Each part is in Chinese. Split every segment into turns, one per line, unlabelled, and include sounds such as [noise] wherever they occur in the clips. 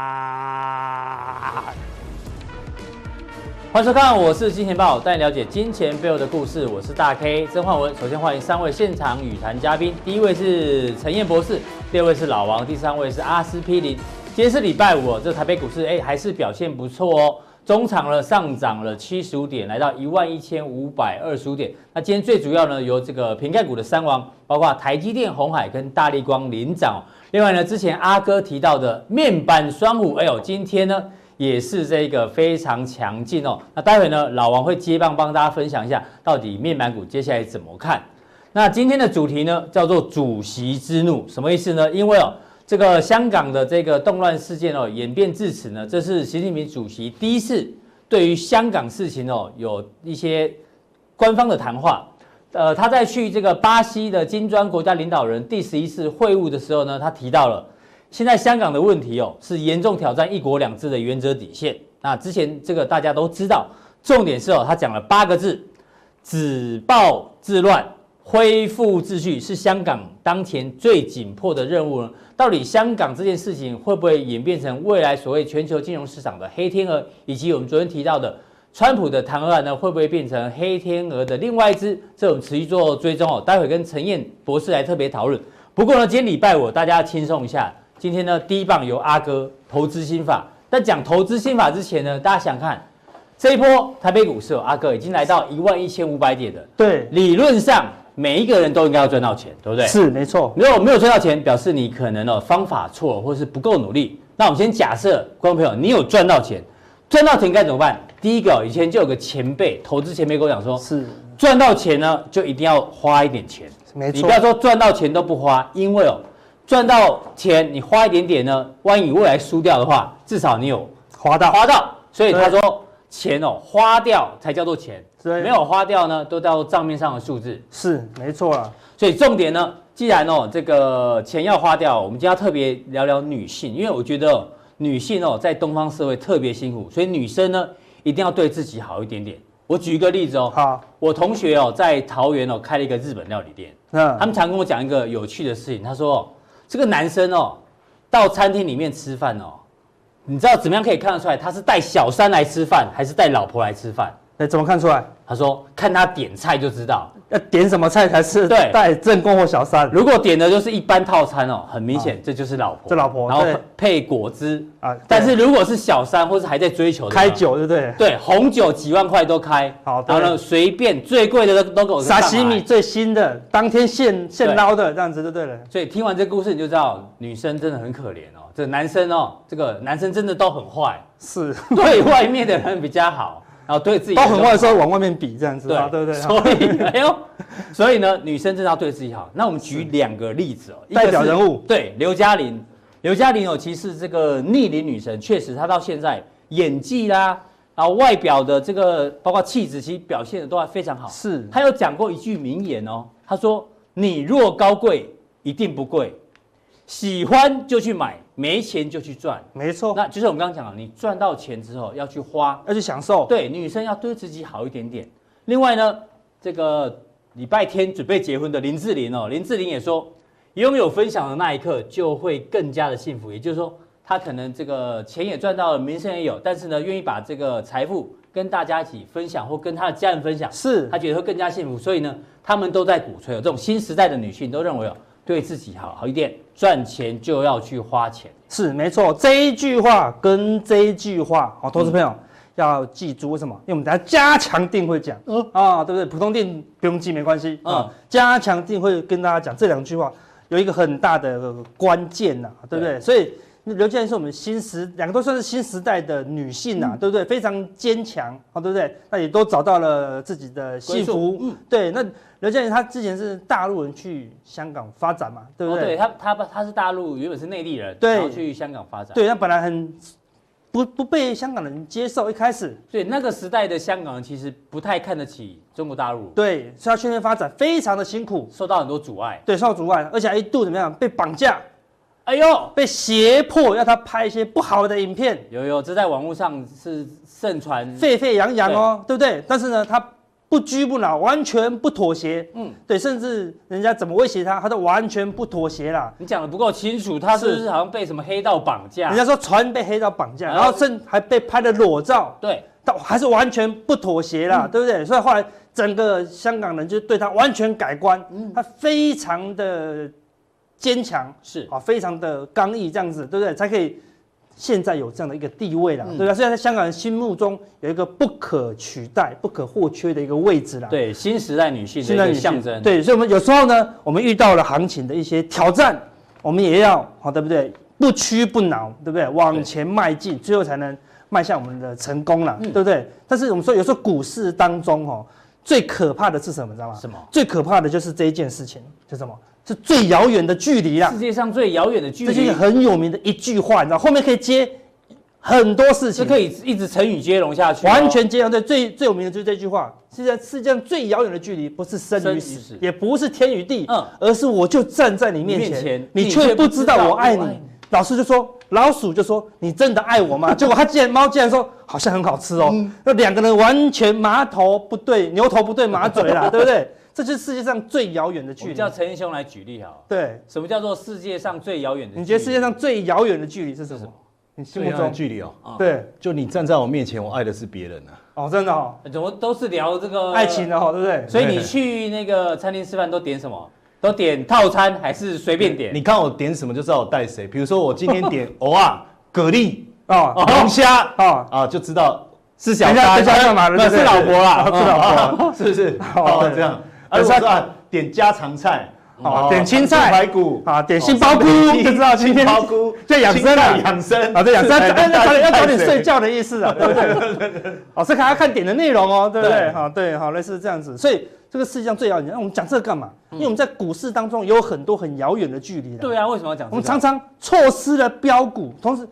啊！欢迎收看，我是金钱豹，带你了解金钱背后的故事。我是大 K 曾焕文。首先欢迎三位现场语谈嘉宾，第一位是陈彦博士，第二位是老王，第三位是阿司匹林。今天是礼拜五、哦，这台北股市哎还是表现不错哦。中场呢上涨了七十五点，来到一万一千五百二十五点。那今天最主要呢由这个瓶盖股的三王，包括台积电、红海跟大力光领涨、哦。另外呢，之前阿哥提到的面板双虎，哎呦，今天呢也是这个非常强劲哦。那待会呢老王会接棒帮大家分享一下，到底面板股接下来怎么看。那今天的主题呢，叫做“主席之怒”，什么意思呢？因为哦，这个香港的这个动乱事件哦，演变至此呢，这是习近平主席第一次对于香港事情哦有一些官方的谈话。呃，他在去这个巴西的金砖国家领导人第十一次会晤的时候呢，他提到了现在香港的问题哦，是严重挑战“一国两制”的原则底线。那之前这个大家都知道，重点是哦，他讲了八个字：止暴制乱、恢复秩序是香港当前最紧迫的任务呢。到底香港这件事情会不会演变成未来所谓全球金融市场的黑天鹅，以及我们昨天提到的川普的弹劾案呢？会不会变成黑天鹅的另外一只？这种持续做追踪哦。待会跟陈燕博士来特别讨论。不过呢，今天礼拜五大家轻松一下。今天呢，第一棒由阿哥投资心法。但讲投资心法之前呢，大家想看这一波台北股市、哦，阿哥已经来到一万一千五百点了。
对，
理论上每一个人都应该要赚到钱，对不对？。
是没错。
如果没有赚到钱，表示你可能哦方法错了，或是不够努力。那我们先假设，观众朋友，你有赚到钱，赚到钱该怎么办？第一个哦，以前就有个前辈，投资前辈跟我讲说，
是
赚到钱呢，就一定要花一点钱。
没错
你不要说赚到钱都不花，因为哦，赚到钱你花一点点呢，万一你未来输掉的话，至少你有
滑到
花到。所以他说，钱哦花掉才叫做钱，
对
没有花掉呢，都叫做账面上的数字。
是没错啦。
所以重点呢，既然哦这个钱要花掉，我们今天要特别聊聊女性，因为我觉得哦女性哦在东方社会特别辛苦，所以女生呢一定要对自己好一点点。我举一个例子哦，
好，
我同学哦在桃园哦开了一个日本料理店，他
那
们常跟我讲一个有趣的事情，他说、哦、这个男生哦到餐厅里面吃饭哦，你知道怎么样可以看得出来他是带小三来吃饭还是带老婆来吃饭？
哎，怎么看出来？
他说看他点菜就知道。
要点什么菜才是
对
带正宫或小三？
如果点的就是一般套餐哦，很明显这就是老婆，
嗯这老婆
然后
对
配果汁
啊对
但是如果是小三或是还在追求的呢，
开酒对不对？
对红酒几万块都开，
好
然后呢随便最贵的都都给我上
沙
来
西米。最新的，当天现现
对
捞的，这样子就对了。
所以听完这故事你就知道，女生真的很可怜哦，这男生哦，这个男生真的都很
[laughs]
坏，
是，
对外面的人比较好，然后对自己
都很坏的时
候。
候往外面比这样子啊，对
对
不对？
所以哎呦，所以呢，女生真的要对自己好。那我们举两个例子哦，一个是
代表人物
对刘嘉玲，刘嘉玲哦，其实这个逆龄女神，确实她到现在演技啦，然后外表的这个包括气质，其实表现的都还非常好。
是
她有讲过一句名言哦，她说：“你若高贵，一定不贵；喜欢就去买，没钱就去赚。
没”错，
那就是我们刚刚讲的，你赚到钱之后要去花，
要去享受。
对，女生要对自己好一点点。另外呢，这个礼拜天准备结婚的林志玲哦，林志玲也说，拥有分享的那一刻就会更加的幸福。也就是说，她可能这个钱也赚到了，名声也有，但是呢，愿意把这个财富跟大家一起分享，或跟她的家人分享，
是
她觉得会更加幸福。所以呢，他们都在鼓吹哦，这种新时代的女性都认为哦，对自己好好一点，赚钱就要去花钱。
是没错，这一句话跟这一句话，好、
嗯
投资朋友、要记住，为什么？因为我们等下加强定会讲，
嗯
啊，对不对？普通定不用记没关系啊、
嗯
加强定会跟大家讲这两句话有一个很大的呃关键呐、对不对？所以刘建是我们新时两个都算是新时代的女性
嗯
呐、对不对？非常坚强，啊，对不对？那也都找到了自己的幸
归
福
宿，嗯
对。那刘建她之前是大陆人去香港发展嘛，对不
哦、对她，她她是大陆，原本是内地人，
对
然后去香港发展。
对，他本来很不不被香港人接受，一开始
所以那个时代的香港人其实不太看得起中国大陆，
对，所以他圈内发展非常的辛苦，
受到很多阻碍。
对，受到阻碍，而且还一度怎么样被绑架、
哎呦，
被胁迫，要他拍一些不好的影
嗯
片，
有有，这在网络上是盛传。
沸沸扬扬哦，对不对？但是呢，他不屈不挠，完全不妥协。
嗯
嗯，对，甚至人家怎么威胁他，他都完全不妥协啦。
你讲的不够清楚，他是不是
是
好像被什么黑道绑架
人？家说船被黑道绑架，
哎
然后甚还被拍了裸照，
对，
但还是完全不妥协啦，
嗯
对不对？所以后来整个香港人就对他完全改观，
嗯
他非常的坚强
是
啊，非常的刚毅，这样子，对不对？才可以现在有这样的一个地位啦，
嗯
对不对？所以在香港人心目中有一个不可取代、不可或缺的一个位置啦。
对新时代女性的一
在
个象征。
对，所以我们有时候呢，我们遇到了行情的一些挑战，我们也要好，对不对？不屈不挠，对不对？往前迈进，最后才能迈向我们的成功了，
嗯
对不对？但是我们说，有时候股市当中哦，最可怕的是什么？你知道吗？
什么？
最可怕的就是这一件事情，是什么？是最遥远的距离啦
世。界上最遥远的距
这就是
离，
很有名的一句话，你知道，后面可以接很多事
是
情，
可以一直成语接龙下去哦。
完全接上对，最最有名的就是这句话：世界世界上最遥远的距离，不是生
生与
与
死
死，也不是天与地，
嗯
而是我就站在你面前，
面前你
你
却
却
不
不
知
知
道
道我爱
我爱
你
你。
老师就说，老鼠就说：“你真的爱我吗？”结果他竟然猫竟然说：“好像很好吃哦。那两个人完全麻头不对牛头不对马嘴啦，对不对？这就是世界上最遥远的
我
距
们
离
叫。陈英雄来举例好，
对，
什么叫做世界上最遥远的距离？
你觉得世界上最遥远的距离是什么？你心
最
目
遥远的
中
距离哦，
对
就你站在我面前，我爱的是别人啊。
哦，真的哦，
怎么都是聊这个
爱情？的哦，对不对？
呃所以你去那个餐厅吃饭都点什么？ [laughs] 都点套餐还是随便点？
你看我点什么就知道我带谁。比如说我今天点藕啊、蛤蜊、
哦
龙虾
哦，
啊，就知道是小
人家
三
人家干嘛的
那
对
是
对
老
对
婆啦，
是老
婆，是不是？
哦
哦，
对
这样。而
可
我
是他
说啊点家常菜，
哦
哦
点青菜
排骨
啊，点
哦
杏鲍菇
三杯鸡
就知道今天
鲍菇
在养生啊
青菜养生
啊，对呀，
是
要要
才能
早点要
带
早点
谁
睡觉的意思啊，对不对？老师还要看点的内容哦，对不
对
对？好，对，好，类似这样子，所以这个世界上最遥远的，那我们讲这个干嘛？因为我们在股市当中有很多很遥远的距离的，
对啊，为什么要讲这个？
我们常常错失了标股，同时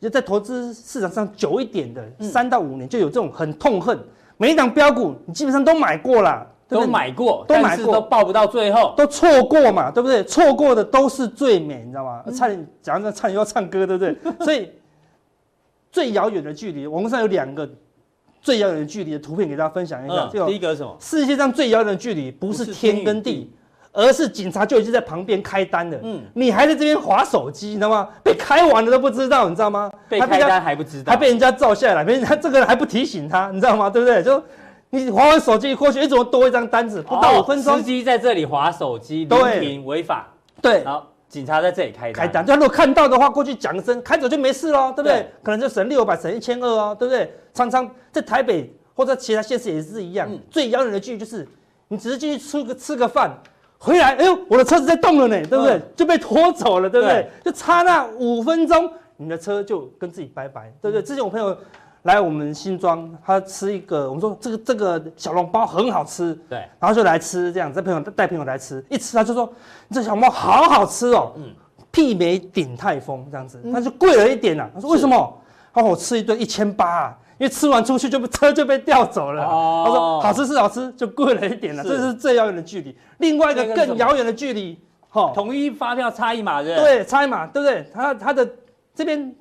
也在投资市场上久一点的三到五年，就有这种很痛恨，每一档标股你基本上都买过啦，对不
都
对
买过，
都买过
但是都报不到最后。
都错过嘛，对不对？错过的都是最美，你知道
嗯
吗？差点讲到差点又要唱歌，对不
[laughs]
对？所以最遥远的距离，网络上有两个最遥远的距离的图片给大家分享一下。
嗯，
哎就
第一个是什么？
世界上最遥远的距离不是
不是
天跟
天与
地，而是警察就已经在旁边开单了。
嗯
嗯，你还在这边划手机，你知道吗？被开完了都不知道，你知道吗？
被
还
开
人家
单还不知道，
还被人家照下来，别人家这个人还不提醒他，你知道吗？对不对？就你划完手机过去，哎，怎么多一张单子？不到
哦
五分钟
司，机在这里划手机，
对
临停违法。
对，
好，警察在这里开单。
开单，就如果看到的话，过去讲一声，开走就没事喽，对不对？
对
可能就省六百，省一千二哦，对不对？常常在台北或者其他县市也是一样，
嗯
最遥远的距离就是你只是进去吃个吃个饭，回来，哎呦，我的车子在动了呢，对不对？
嗯
就被拖走了，对不对？
对
就差那五分钟，你的车就跟自己拜拜，对
嗯
不对？之前我朋友。来我们新庄，他吃一个，我们说这个这个小笼包很好吃，
对，
然后就来吃这样子，朋友带朋友来吃，一吃他就说这小笼包好好吃哦，
嗯
媲美鼎泰丰这样子，但是贵了一点啊。他说为什么？他说我吃一顿一千八啊，因为吃完出去就被车就被调走了啊。
哦
他说好吃是好吃，就贵了一点了，
是
这是最遥远的距离。另外一
那个
个
是什么
更遥远的距离，哈，
统一发票差一码人。
对，猜嘛，对不对？他他的这边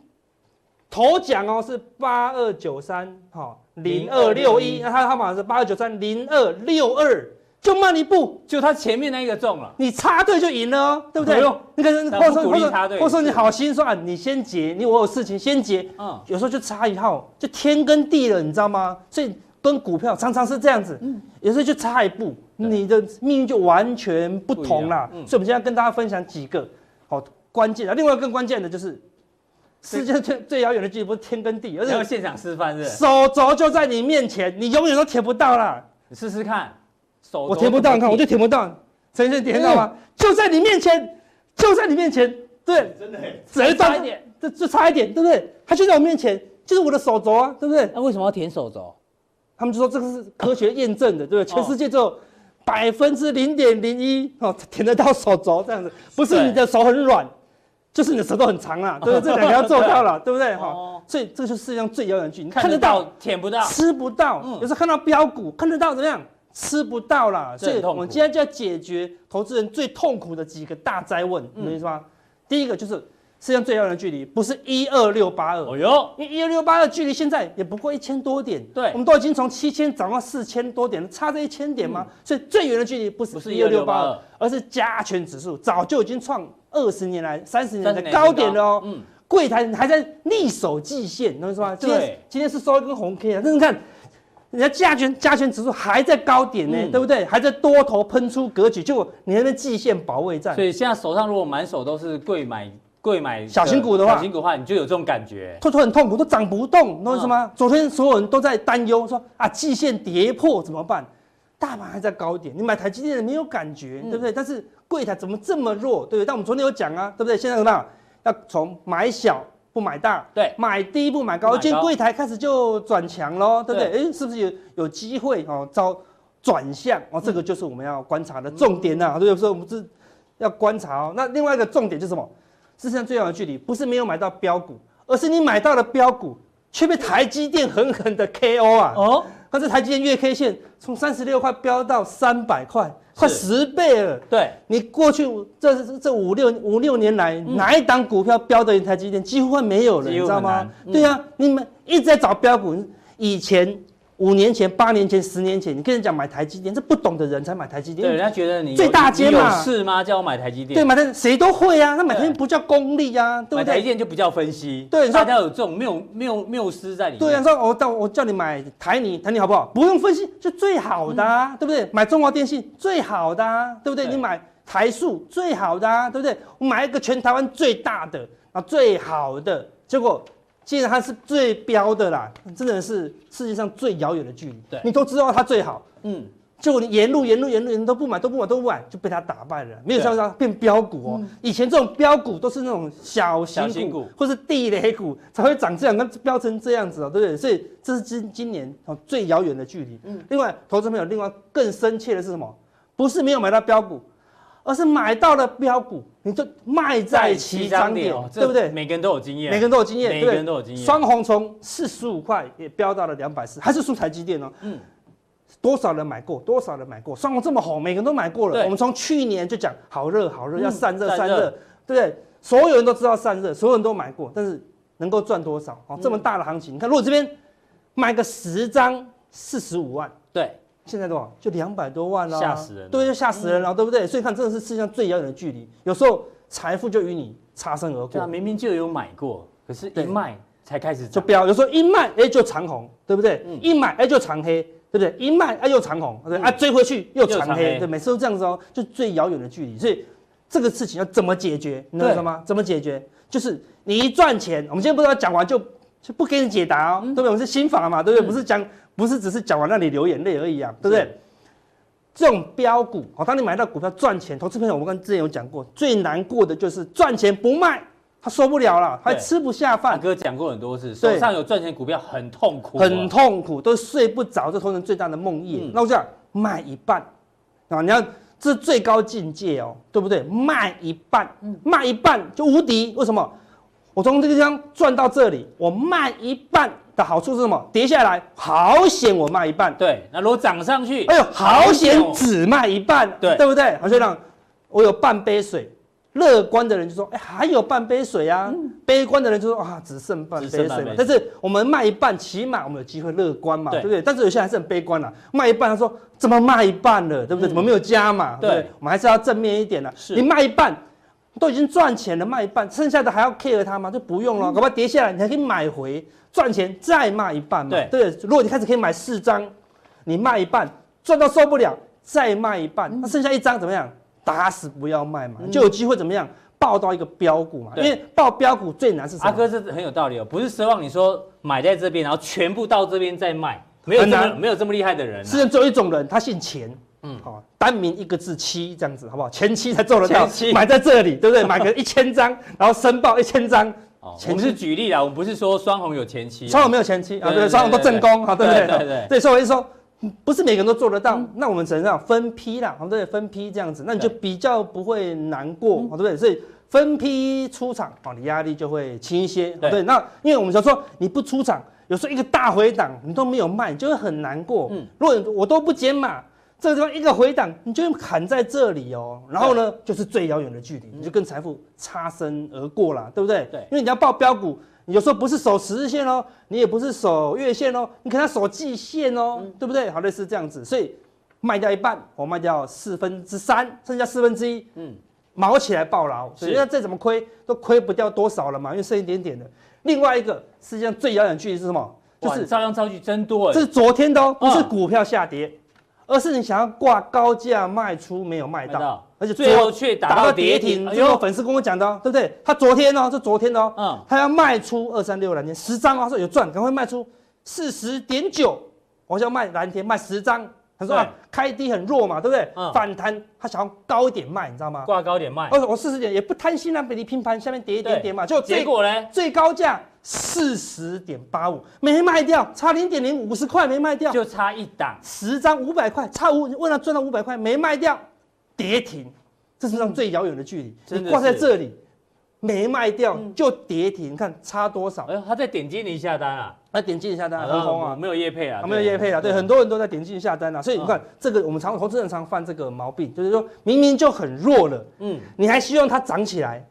头奖哦是八二九三，哈，零二六一，
0261
那他他码是八二九三零二六二，就慢一步，
就他前面那一个中了，
你插队就赢了哦，对不对
哎呦？
那个人
那
或者
不
说
鼓
或
励
者
插队
或者说你好心说啊，你先结，你我有事情先结，
嗯，
有时候就差一号，就天跟地了，你知道吗？所以跟股票常常是这样子，有时候就差一步，
嗯对
你的命运就完全不同啦。
不一样嗯
所以我们现在跟大家分享几个好关键的，啊另外更关键的就是世界最最遥远的距离不是天跟地，而
然后
是
现场示范是不是
手肘就在你面前，你永远都舔不到啦。
你试试看，手
我舔不到，你看我就舔不到，陈先生舔得到
嗯
吗？就在你面前，就在你面前，对，
真的耶，
再
谁
差一点，
这就差一点，对不对？他就在我面前，就是我的手肘啊，对不对？
那为什么要舔手肘？
他们就说这个是科学验证的，对不对？
哦
全世界只有百分之零点零一哦，舔得到手肘这样子，不是你的手很软，就是你的舌头很长啦，对不对？这两
[laughs]
个要做到了，对不对？
哦
哈，所以这个就是世界上最遥远的距离，你
看
看
得
得
到
到，
舔不到，
吃不到
嗯，
有时候看到标股，看得到怎么样？吃不到啦，
这
所
很
以
痛
我
苦嗯
们今天就要解决投资人最痛苦的几个大灾问，你明白吗？第一个就是世界上最遥远的距离，不是一二六八二。
哦哟，
因为一二六八二距离现在也不过一千多点，
对
我们都已经从七千涨到四千多点，差这一千点吗？所以最远的距离不
嗯不
是
是
一二六八
12682
二，而是加权指数早就已经创二十年来、三十年
30
的
年
高点了哦。
嗯，
柜台还在力守季线，能说吗？今
对
天今天是收一根红 K 啊，但是看人家加权加权指数还在高点呢、
嗯
对不对？还在多头喷出格局，结果你那边季线保卫战
所，以现在手上如果满手都是贵买贵买
小型股的话
小型股的话，你就有这种感觉。
突突很痛苦，都涨不动，懂我意思吗？昨天所有人都在担忧说啊，季线跌破怎么办？大盘还在高点，你买台积电的没有感觉，对不对？但是柜台怎么这么弱，对不对？但我们昨天有讲啊，对不对？现在很大，要从买小不买大，
对
买低不买高，
不买高
今天柜台开始就转强喽，对不对？哎，是不是有有机会哦？招转向哦，这个就是我们要观察的重点呐、啊，对不对？所以我们是要观察哦。那另外一个重点是什么？世界上最好的距离不是没有买到标股，而是你买到了标股却被台积电狠狠的 KO 啊！
哦，
但是台积电月 K 线从三十六块飙到三百块，快十倍了。
对，
你过去这这这五六五六年来，哪一档股票标的台积电几乎快没有了，你
嗯几乎
知道
很
吗
难？嗯
对啊，你们一直在找标股，以前。五年前、八年前、十年前，你跟人讲买台积电，这不懂的人才买台积
对，人家
电，
觉得你有
最大间
你有
嘛
事吗？叫我买台积电，
对，买台积电谁都会啊，那买台积电
对
不叫功力啊，对
买
不
台
对
积？电就不叫分析，
对你说
大家有这种谬谬谬思在里面。
对啊，说我但我叫你买台泥，台泥好不好？不用分析，就最好的、啊，对不对？买中华电信最好的、啊，对不对？
嗯对
你买台塑最好的、啊，对不对？我买一个全台湾最大的啊，最好的，结果既然它是最标的啦，真的是世界上最遥远的距离。
对
你都知道它最好，
嗯，
结果你沿路沿路沿路人都不买都不买都不买，就被他打败了，没有
对
像它变标股哦。以前这种标股都是那种小型
小
股
型股
或是地雷股才会长这样，跟标成这样子哦，对不对？所以这是今今年哦最遥远的距离。嗯，另外，投资朋友另外更深切的是什么？不是没有买到标股，而是买到了标股，你就卖在起涨点，
哦这
对不对？
每个人都有经验，
每个人都有经验，
每
对不
个
对
人都有经验
双红从四十五块也飙到了两百四，还是输台积电哦。
嗯
嗯，多少人买过？多少人买过？双红这么红，每个人都买过
对
了。我们从去年就讲好热好热，
嗯
要散热
散
散
热
热，对不对？所有人都知道散热，所有人都买过，但是能够赚多少？
嗯
哦，这么大的行情，你看如果这边买个十张四十五万。
对，
现在多少？就两百多万了、
吓死人了嗯
对，就吓死人了，对不对？所以看，真的是世界上最遥远的距离。有时候财富就与你擦身而
对啊，
过。
明明就有买过，可是一
对
卖才开始
就
涨，
标，有时候一卖哎就长红，对不对？
嗯
一买哎就长黑，对不对？一卖哎又长红，对不对啊追回去又
又
长
长
黑
黑，
对，每次都这样子哦，就最遥远的距离。所以这个事情要怎么解决？你知
对
道吗？怎么解决？就是你一赚钱，我们今天不知道讲完就就不给你解答
嗯
哦，对不对？我们是心法嘛，对不对？不是讲不是只是讲完让你流眼泪而已啊，对不
是
对？这种标股，好，当你买到股票赚钱，投资朋友，我们刚之前有讲过，最难过的就是赚钱不卖，他受不了了，他
对
吃不下
大
饭，
哥讲过很多次，
对
手上有赚钱股票很痛苦啊，
很痛苦，都睡不着，这投人最大的梦魇。
嗯
那我讲卖一半啊，你要这是最高境界哦，对不对？卖一半，
嗯
卖一半就无敌。为什么？我从这个地方赚到这里，我卖一半的好处是什么？跌下来好险，我卖一半。
对，那如果涨上去，
哎呦，好险
哦
只卖一半，
对
对不对？好像让我有半杯水，乐观的人就说，哎，还有半杯水啊；悲观的人就说，啊，只剩半
嗯只剩
杯水
半杯水。
嘛但是我们卖一半，起码我们有机会乐观嘛，
对
对不对？但是有些人还是很悲观啦，卖一半他说怎么卖一半了，对不对？
嗯
怎么没有加嘛？对不
对
对，我们还是要正面一点啦。啊
是
你卖一半。都已经赚钱了，卖一半，剩下的还要 care 它吗？就不用了，
嗯
搞不好跌下来你还可以买回，赚钱再卖一半嘛。
对
对，如果你开始可以买四张，你卖一半，赚到受不了，再卖一半，
嗯
那剩下一张怎么样？打死不要卖嘛，就有机会怎么样报到一个标股嘛？因
对
为报标股最难是什
阿
么？
哥这很有道理哦，不是奢望你说买在这边，然后全部到这边再卖，没有这
很
么
难
没有这么厉害的人啊、
世界上只有一种人，他姓钱，嗯，好、单名一个字七这样子，好不好？前期才做得到
前七，
买在这里，对不对？买个一千张，然后申报一千张，
哦，我
前
们
期
是举例啦，我们不是说双红有前期啊，
双红没有前期啊，
对
对不对？
对
双红都
对对
正宫，好，对不对？
对对对嗯
对，所以我就说，嗯不是每个人都做得到，那我们只能这样分批啦，好，对，分批这样子，那你就
对嗯
比较不会难过，哦好，对不对？所以分批出场，好，你压力就会轻一些，
对
好对。那因为我们想说，你不出场，有时候一个大回档你都没有卖，你就会很难过。
嗯
如果我都不减码。这个地方一个回档，你就砍在这里哦，然后呢，就是最遥远的距离，你就跟财富擦身而过啦，对不对？
对
因为你要报标股，你有时候不是守十日线哦，你也不是守月线哦，你可能要守季线哦，
嗯
对不对？好，类似这样子，所以卖掉一半，我卖掉四分之三，剩下四分之一，
嗯
嗯，毛起来抱牢，所以
是
那再怎么亏都亏不掉多少了嘛，因为剩一点点的。另外一个世界上最遥远的距离是什么？就
哇，你
是
照样造句真多哎，
这是昨天的哦，不是
嗯
股票下跌，而是你想要挂高价卖出没有卖
卖
到
到，
而且
最后
昨
却打
打
到
到
跌
跌
停
停。
哎
最后
呦，
粉丝跟我讲的哦，对不对？他昨天哦，这昨天的哦，
嗯，
他要卖出二三六蓝天十张哦，他说有赚，赶快卖出四十点九，我想卖蓝天卖十张。他说
对
啊，开低很弱嘛，对不对？
嗯
反弹他想要高一点卖，你知道吗？
挂高点卖，
而且我四十点也不贪心啊，比你拼盘下面哦跌一点点嘛，就
结
最
果呢？
最高价四十点八五，没卖掉，差零点零五十块没卖掉，
就差一档，
十张五百块，差五，为了赚到五百块没卖掉，跌停，这是让最遥远的距离，
嗯真的
你挂在
是嗯
这里，没卖掉就跌停，你看差多少？
哎呦，他再点击你下单啊，
来点进一下单，很红啊。
没有业配啊，
啊，没有业配啊，对，很多人都在点进下单啊，所以你
嗯
看这个，我们常投资人常犯这个毛病，就是说明明就很弱了，
嗯，
你还希望它涨起来，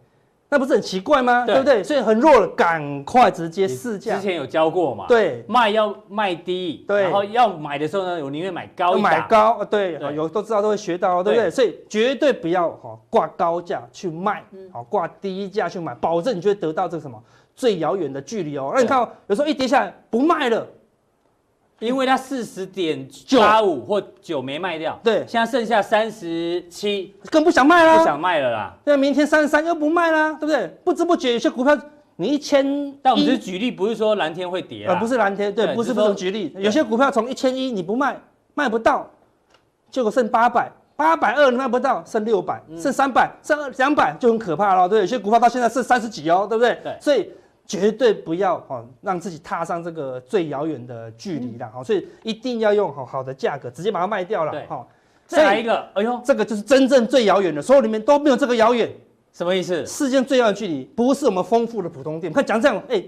那不是很奇怪吗？
对
对不对？所以很弱了，赶快直接试价
之，前有教过嘛，，
对，
卖要卖低，
对
然后要买的时候呢，我宁愿买高
要
一
买
档，
高啊，对，
对
好有都知道都会学到哦，对不
对
对？所以绝对不要哈挂高价去卖，
嗯
好挂低价去买，保证你就会得到这个什么最遥远的距离哦。那你看哦，有时候一跌下来不卖了，
因为它四十点八五或九没卖掉，
对啊
现在剩下三十七，
更不想卖
不
啦，
想卖了啦。
对，明天三十三又不卖啦，对不对？不知不觉有些股票你一千，
但我们只是举例，不是说蓝天会跌
呃
啊，
不是蓝天，对
对，
不是
就
不
是说
是举例，有些股票从一千一你不卖，卖不到，结果剩八百。八百二你卖不到，剩六百、
嗯
剩三百，剩两百就很可怕了，对不对？有些股票到现在剩三十几哦，对不对？
对
所以绝对不要哦，让自己踏上这个最遥远的距离啦，哦好、所以一定要用好好的价格直接把它卖掉
嗯
了
对，
好、
再来一个，哎呦，
这个就是真正最遥远的，所有里面都没有这个遥远，
什么意思？
世界上最遥远的距离，不是我们丰富的普通店。看讲这样，哎、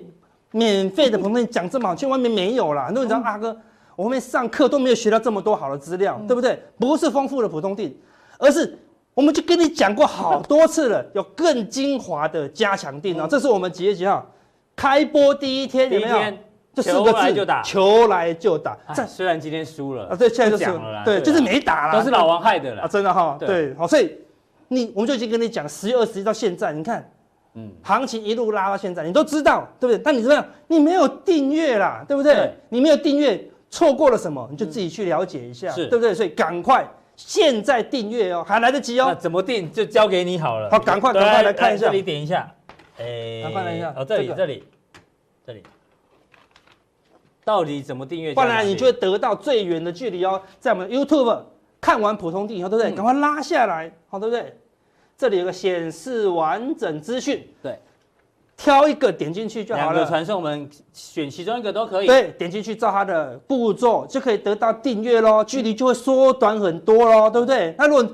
免费的普通店讲这么好，去外面没有啦。很多人
嗯
讲阿、啊哥，我后面上课都没有学到这么多好的
嗯
资料，对不对？不是丰富的普通店，而是我们就跟你讲过好多次了，有更精华的加强店哦。这是我们几月几号开播第一天，
嗯第
有
一
没有？
天，
就四
球
个
来
字，
就打
球来就打。
哎
在
虽然今天输了
啊，，对，现在就是
不讲了啦
对，
对啊
就是没打啦，
都是老王害的
啊，
啦。
真的哈，
对
对，好，所以你我们就已经跟你讲，十月二十一到现在，你看，
嗯
嗯，行情一路拉到现在，你都知道，对不对？但你怎么样？你没有订阅啦，对不对？
对嗯
你没有订阅，错过了什么？你就自己去了解一下，
是
对不对？所以赶快现在订阅哦，还来得及
那
哦。
怎么定就交给你好了。
好赶快
对哎
赶快来看一下
这里点一下，哎，
赶快来一下
哦，这里
这个
这里这里，到底怎么订阅？
不然你就会得到最远的距离哦。在我们 YouTube 看完普通地以后，对不对？
嗯
赶快拉下来，好，对不对？这里有个显示完整资讯，
对，
挑一个点进去就好
两
了
个。传送门选其中一个都可以。
对，点进去照它的步骤就可以得到订阅
嗯
喽，距离就会缩短很多喽，对不对？那如果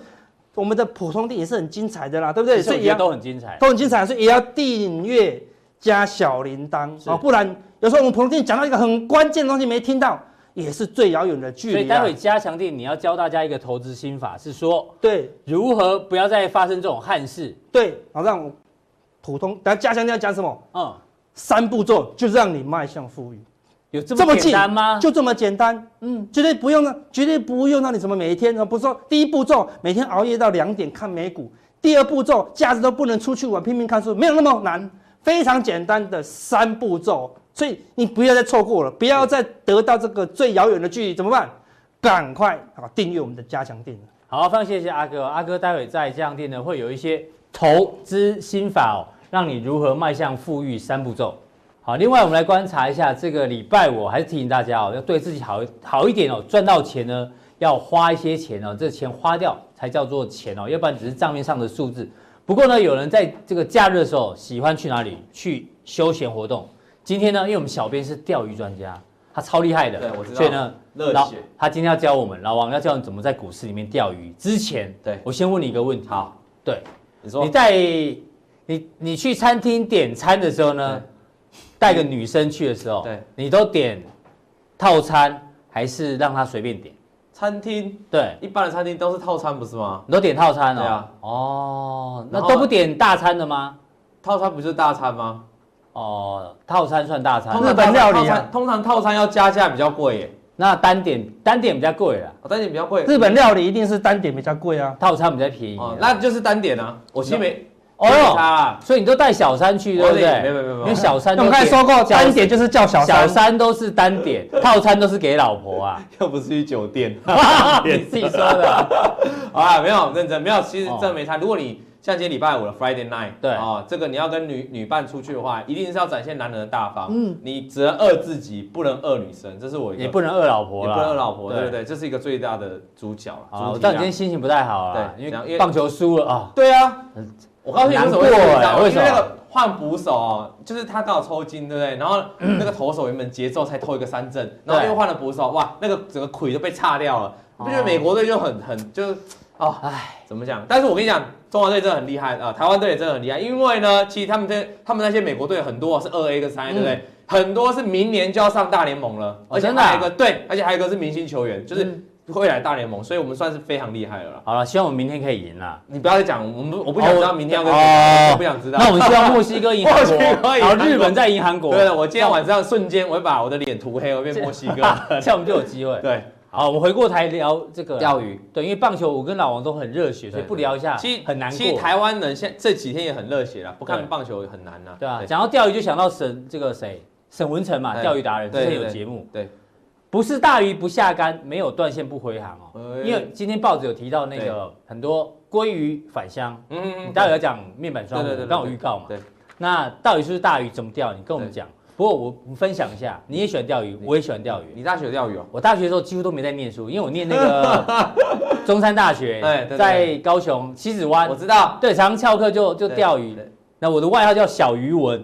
我们的普通订也是很精彩的啦，对不对？
其实
所
我
以
觉
也
得
要
都很精彩。
都很精彩，所以也要订阅加小铃铛
是
啊，不然有时候我们普通订讲到一个很关键的东西没听到，也是最遥远的距
所以
离
待
啊
会。加强定你要教大家一个投资心法，是说
对
如何不要再发生这种憾事。
对，好让我普通，然后加强要讲什么？
嗯，
三步骤就让你迈向富裕。
有这
这
么
么
简
近
单吗？
就这么简单，
嗯
嗯，绝对不用让，绝对不用让你什么每天，哦不是说第一步骤每天熬夜到两点看美股，第二步骤假日都不能出去玩，拼命看书，没有那么难，非常简单的三步骤，所以你不要再错过了，不要再得到这个最遥远的距离，怎么办？赶快啊，订阅我们的加强订。
好，非常谢谢阿哥哦。阿哥待会在这样店呢，会有一些投资心法哦，让你如何迈向富裕三步骤。好，另外我们来观察一下这个礼拜五哦，还是提醒大家哦，要对自己好好一点哦，赚到钱呢要花一些钱哦，这钱花掉才叫做钱哦，要不然只是账面上的数字。不过呢，有人在这个假日的时候喜欢去哪里去休闲活动？今天呢，因为我们小编是钓鱼专家，他超厉害的，
对我知道
所以呢，
热
老
血
他今天要教我们，老王要教你怎么在股市里面钓鱼。之前，
对
我先问你一个问题。
好，
对，
你说
你带你你去餐厅点餐的时候呢，带个女生去的时候，
对，
你都点套餐还是让她随便点？
餐厅
对，
一般的餐厅都是套餐不是吗？
你都点套餐哦。
对啊
哦，那
然后
都不点大餐的吗？
套餐不就是大餐吗？
哦，套餐算大餐
通，
日
常
本料理啊
套餐通常套餐要加价比较贵耶，
那单点单点比较贵啦，
哦单点比较贵。
日本料理一定是单点比较贵啊。
套餐比较便宜啊
哦，。那就是单点啊，我其实没，
哦
没
哟，
差啊
所以你都带小三去，对
我
不
得
对？
没有没有没有没有
因为小三
那
都
我们刚才
点
说过，
小
单点就是叫小
小
三，
三都是单
[laughs]
点，套餐都是给老婆啊，
[laughs] 又不是去酒店 [laughs]
你 [laughs] 自己说的。
啊，没有认真没有，其实
哦
真的没差。如果你像今天礼拜五了，Friday night，
对
哦，这个你要跟女女伴出去的话，一定是要展现男人的大方，嗯，你只能饿自己，不能饿女生，这是我一个
也不能饿老婆
也
啦，
不能饿老婆，对不对？这是一个最大的主角了。
好啦
主
我
题啊
知道你
啦
今天心情不太好啊，
对
因
怎样因为
为棒球输了啊。
对啊，我告诉你为什么会
难过
紧张
欸为
因
什么
为那个换捕手哦，就是他刚好抽筋，对不对？然后那个投手原本节奏才投一个三振，然后
嗯对哦
又换了捕手，哇，那个整个腿就被叉掉了。你不觉得美国队就很很就是哦，唉，怎么讲？但是我跟你讲，中华队真的很厉害啊、呃台湾队也真的很厉害，因为呢，其实他们这他们那些美国队很多是二 A 跟三 A，、对不对？很多是明年就要上大联盟了，
嗯哦
而且
真的啊嗯
还有一个、对，而且还有一个是明星球员，就是未来大联盟，所以我们算是非常厉害了啦。
好了，希望我们明天可以赢啦。
你不要再讲，我们不我不想知道明天要跟谁
哦
打，我不 [laughs] 想知道。
那我们希望墨西哥赢韩
墨西哥
国，
赢
然后
韩国
日本再赢韩国，
对了，我今天晚上瞬间我会把我的脸涂黑，我会变墨西哥。
[laughs] 这样我们就有机会。
对，
好，我们回过台聊这个
钓鱼。
对，因为棒球我跟老王都很热血，所以不聊一下，
其实
很难
其实
过。
台湾人现这几天也很热血啦，不
对
看棒球很难呐。
对啊，讲到钓鱼就想到沈这个谁，沈文成嘛，
哎
钓鱼达人之
对
前有
对
节目，
对，
不是大鱼不下竿，没有断线不回航哦。
哎
因为今天报纸有提到那个很多鲑鱼返乡，
嗯
你待会要讲面板双
对对
母，
对对
刚好预告嘛。
对，
那到底是不是大鱼怎么钓？你跟我们讲。不过我我分享一下，你也喜欢钓鱼，我也喜欢钓鱼。
嗯你大学有钓鱼哦？
我大学的时候几乎都没在念书，因为我念那
[laughs]
个中山大学
哎，对对
在高雄西子湾
我，知道，
对，常常翘课就就钓鱼
对。对
那我的外号叫小鱼文，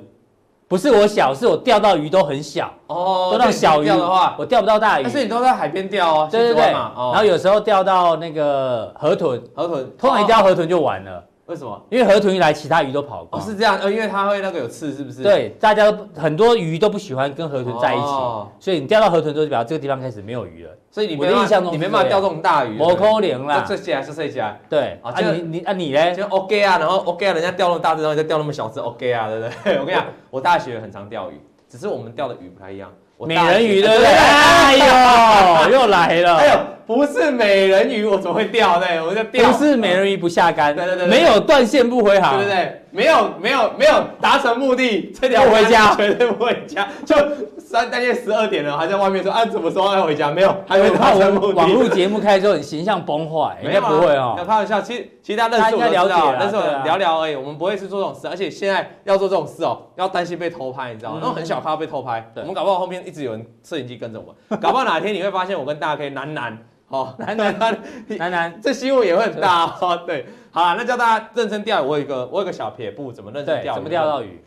不是我小，是我钓到鱼都很小，
哦，
都到小鱼
钓的话，
我钓不到大鱼。
但是你都在海边钓哦，
对对
西子
对，
湾嘛，哦，
然后有时候钓到那个河豚，
河豚，
通常一
哦
钓河豚就完了，
为什么？
因为河豚一来，其他鱼都跑
哦，
光。
是这样，呃，因为它会那个有刺，是不是？
对，大家都很多鱼都不喜欢跟河豚在一起，
哦
所以你钓到河豚之后，就表示这个地方开始没有鱼了，
所以你
我
没
的
办
印象
法，
中
你
是
没办法
这
钓
样
这种大鱼，
我扣零啦
就。睡起来就睡起来，
对，
啊
啊
这个
你你啊你嘞？
就 OK 啊，然后 OK 啊，人家钓那么大只，然后你再钓那么小只，OK 啊，对不对？ [laughs] 我跟你讲，我大学很常钓鱼，只是我们钓的鱼不太一样。我
美
大学啊
人鱼对不对？哎呦，又来了。
哎呦，不是美人鱼，我怎么会钓呢？我就钓，
不是美人鱼啊不下竿，
对对对对
没有断线不回航，
对不对？没有没有没有达成目的，这条
不回
竿
家
绝对不回家，就三大夜十二点了，还在外面说啊，怎么说要回家？没有，还没
我怕
达成
我
目的。
网络节目开之后，你形象崩坏，应
没
该
有
不
啊
会
没有
哦。
开玩笑，其实其实大家认识我
大
们
家
都
应该了解
知道，
啦
认识我
对啊
们聊聊而已，我们不会去做这种事。而且现在要做这种事哦，要担心被偷拍，你知道吗
嗯？
那种很小怕被偷拍，
对
我们搞不好后面一直有人摄影机跟着我 [laughs] 们，搞不好哪天你会发现我跟大 K 男男 [laughs] 哦，男男
楠楠，
这新闻也会很大哦。对，好啦，那教大家认真钓鱼，我有一个我有一个小撇步，怎么认真
对，
钓鱼？
怎么钓到鱼？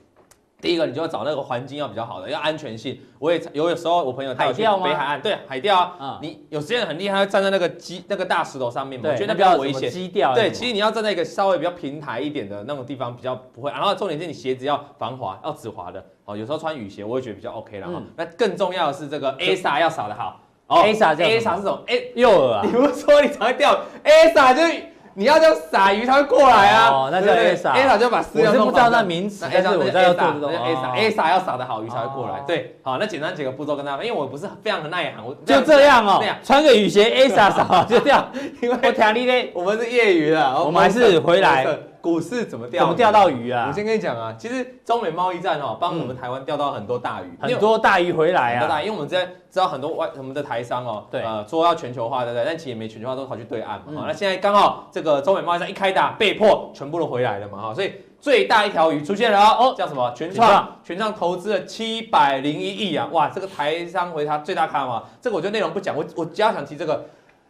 第一个，你就要找那个环境要比较好的，要安全性。我也有有时候我朋友带我去
海钓吗
北海岸，对海钓啊，
啊
你有些人很厉害，会站在那个基那个大石头上面嘛，
对，
我觉
那
得那比
不要
较
有
危
什么
险。
基钓还
对，
是什么，
其实你要站在一个稍微比较平台一点的那种地方，比较不会。然后重点是你鞋子要防滑，要止滑的哦。有时候穿雨鞋，我会觉得比较 OK 啦。哦
嗯
那更重要的是这个 A 撒要撒的好。哦
A 撒这样
A 撒是什么？A
诱饵啊
[laughs] 你，不是说你常钓 A 撒就是你要这样撒鱼，它会过来啊。
哦那叫
对不对
A 撒
A 撒就把饲
我
料
是不
弄
知道
反
那
上
名词，
A
但
撒
是我
那
知
叫
道
A
要
撒
做
那
这种
叫 A 撒
哦
A 撒要撒的好，鱼才会过来
哦。
对，好，那简单几个步骤跟大家分享，因为我不是非常很耐行，我
就这样哦
这样，，
穿个雨鞋
[laughs]
A 傻傻就这样，因为我调你嘞，
我们是业余的，
我们还是回来
股市怎么钓？
怎么钓到鱼啊嗯
我？先跟你讲啊，其实中美贸易战哦，帮我们台湾钓到很多大鱼，
很多大鱼回来
很多大
啊，
鱼，因为我们之前知道很多外我们的台商哦，
对
呃，说要全球化，对不对？但其实也没全球化，都跑去对岸嘛。
嗯
哈那现在刚好这个中美贸易战一开打，被迫全部都回来了嘛，哈，哦所以最大一条鱼出现了哦，叫什么？全
嗯全
创，全创投资了七百零一亿啊，哇，这个台商回他最大咖嘛，这个我就内容不讲，我我只要想提这个，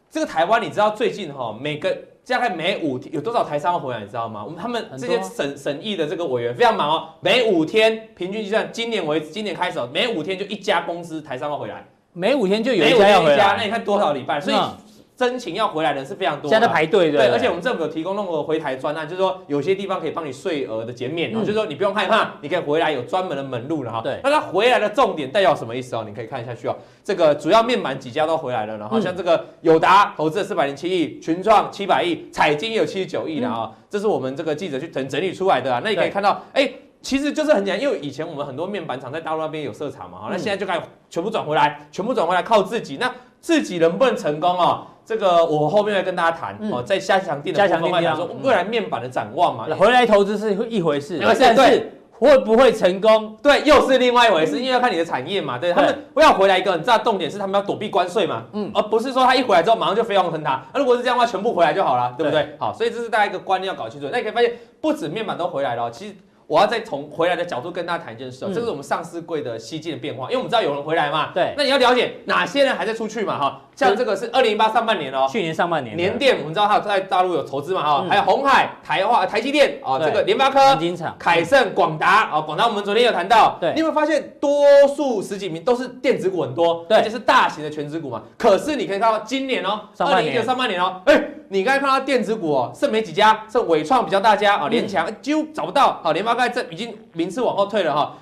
这个台湾你知道最近哈、每个。大概每五天有多少台商会回来，你知道吗？我们他们
很多啊
这些审审议的这个委员非常忙哦，每五天平均计算，今年为今年开始哦，每五天就一家公司台商会回来，
每五天就有
每
一
五
家
天
要回
一家，那
来，
你看多少礼拜？所以
嗯
申请要回来的人是非常多的，啊
现在在排队
对，
对，
而且我们政府有提供那个回台专案，就是说有些地方可以帮你税额的减免，哦，就是说你不用害怕，你可以回来有专门的门路了哈。
嗯对
那它回来的重点代表什么意思哦？你可以看下去哦。这个主要面板几家都回来了，然后
嗯
像这个友达投资四百零七亿，群创七百亿，彩晶也有七十九亿了啊、这是我们这个记者去整整理出来的啊。那你可
嗯
以
对
看到，哎。其实就是很简单，因为以前我们很多面板厂在大陆那边有设厂嘛，哈，那
嗯
现在就该全部转回来，全部转回来靠自己。那自己能不能成功哦？这个我后面会跟大家谈、
嗯
哦，在加强定的
加
部
强
分会
定量
谈说未来面板的展望嘛。
回来投资是一回事
一回，事
但是
对
会不会成功？
对，又是另外一回事，因为要看你的产业嘛。对他
对
们要回来一个很大的重点是他们要躲避关税嘛，
嗯
嗯，而不是说他一回来之后马上就飞黄腾达。啊那如果是这样的话，全部回来就好了，对不对？好，所以这是大家一个观念要搞清楚。那你可以发现，不止面板都回来了哦，其实。我要再从回来的角度跟大家谈一件事、哦，
嗯
这是我们上市柜的西进的变化，因为我们知道有人回来嘛，
对
那你要了解哪些人还在出去嘛，哈，像这个是二零一八上半年哦，
去年上半年的
联电，我们知道它有在大陆有投资嘛，哈、
嗯
还有红海、台化、台积电啊、
对
这个联发
黄
科、
金厂
凯盛、广达啊，广达我们昨天有谈到，
对
你有没有发现多数十几名都是电子股很多，
对
而且是大型的全职股嘛？可是你可以看到今年哦，
上
二
半
零一
年
九上半年哦，哎、你刚才看到电子股哦，剩没几家，剩伟创比较大家啊，联
嗯
强、几乎找不到，好、联发科这已经名次往后退了哈、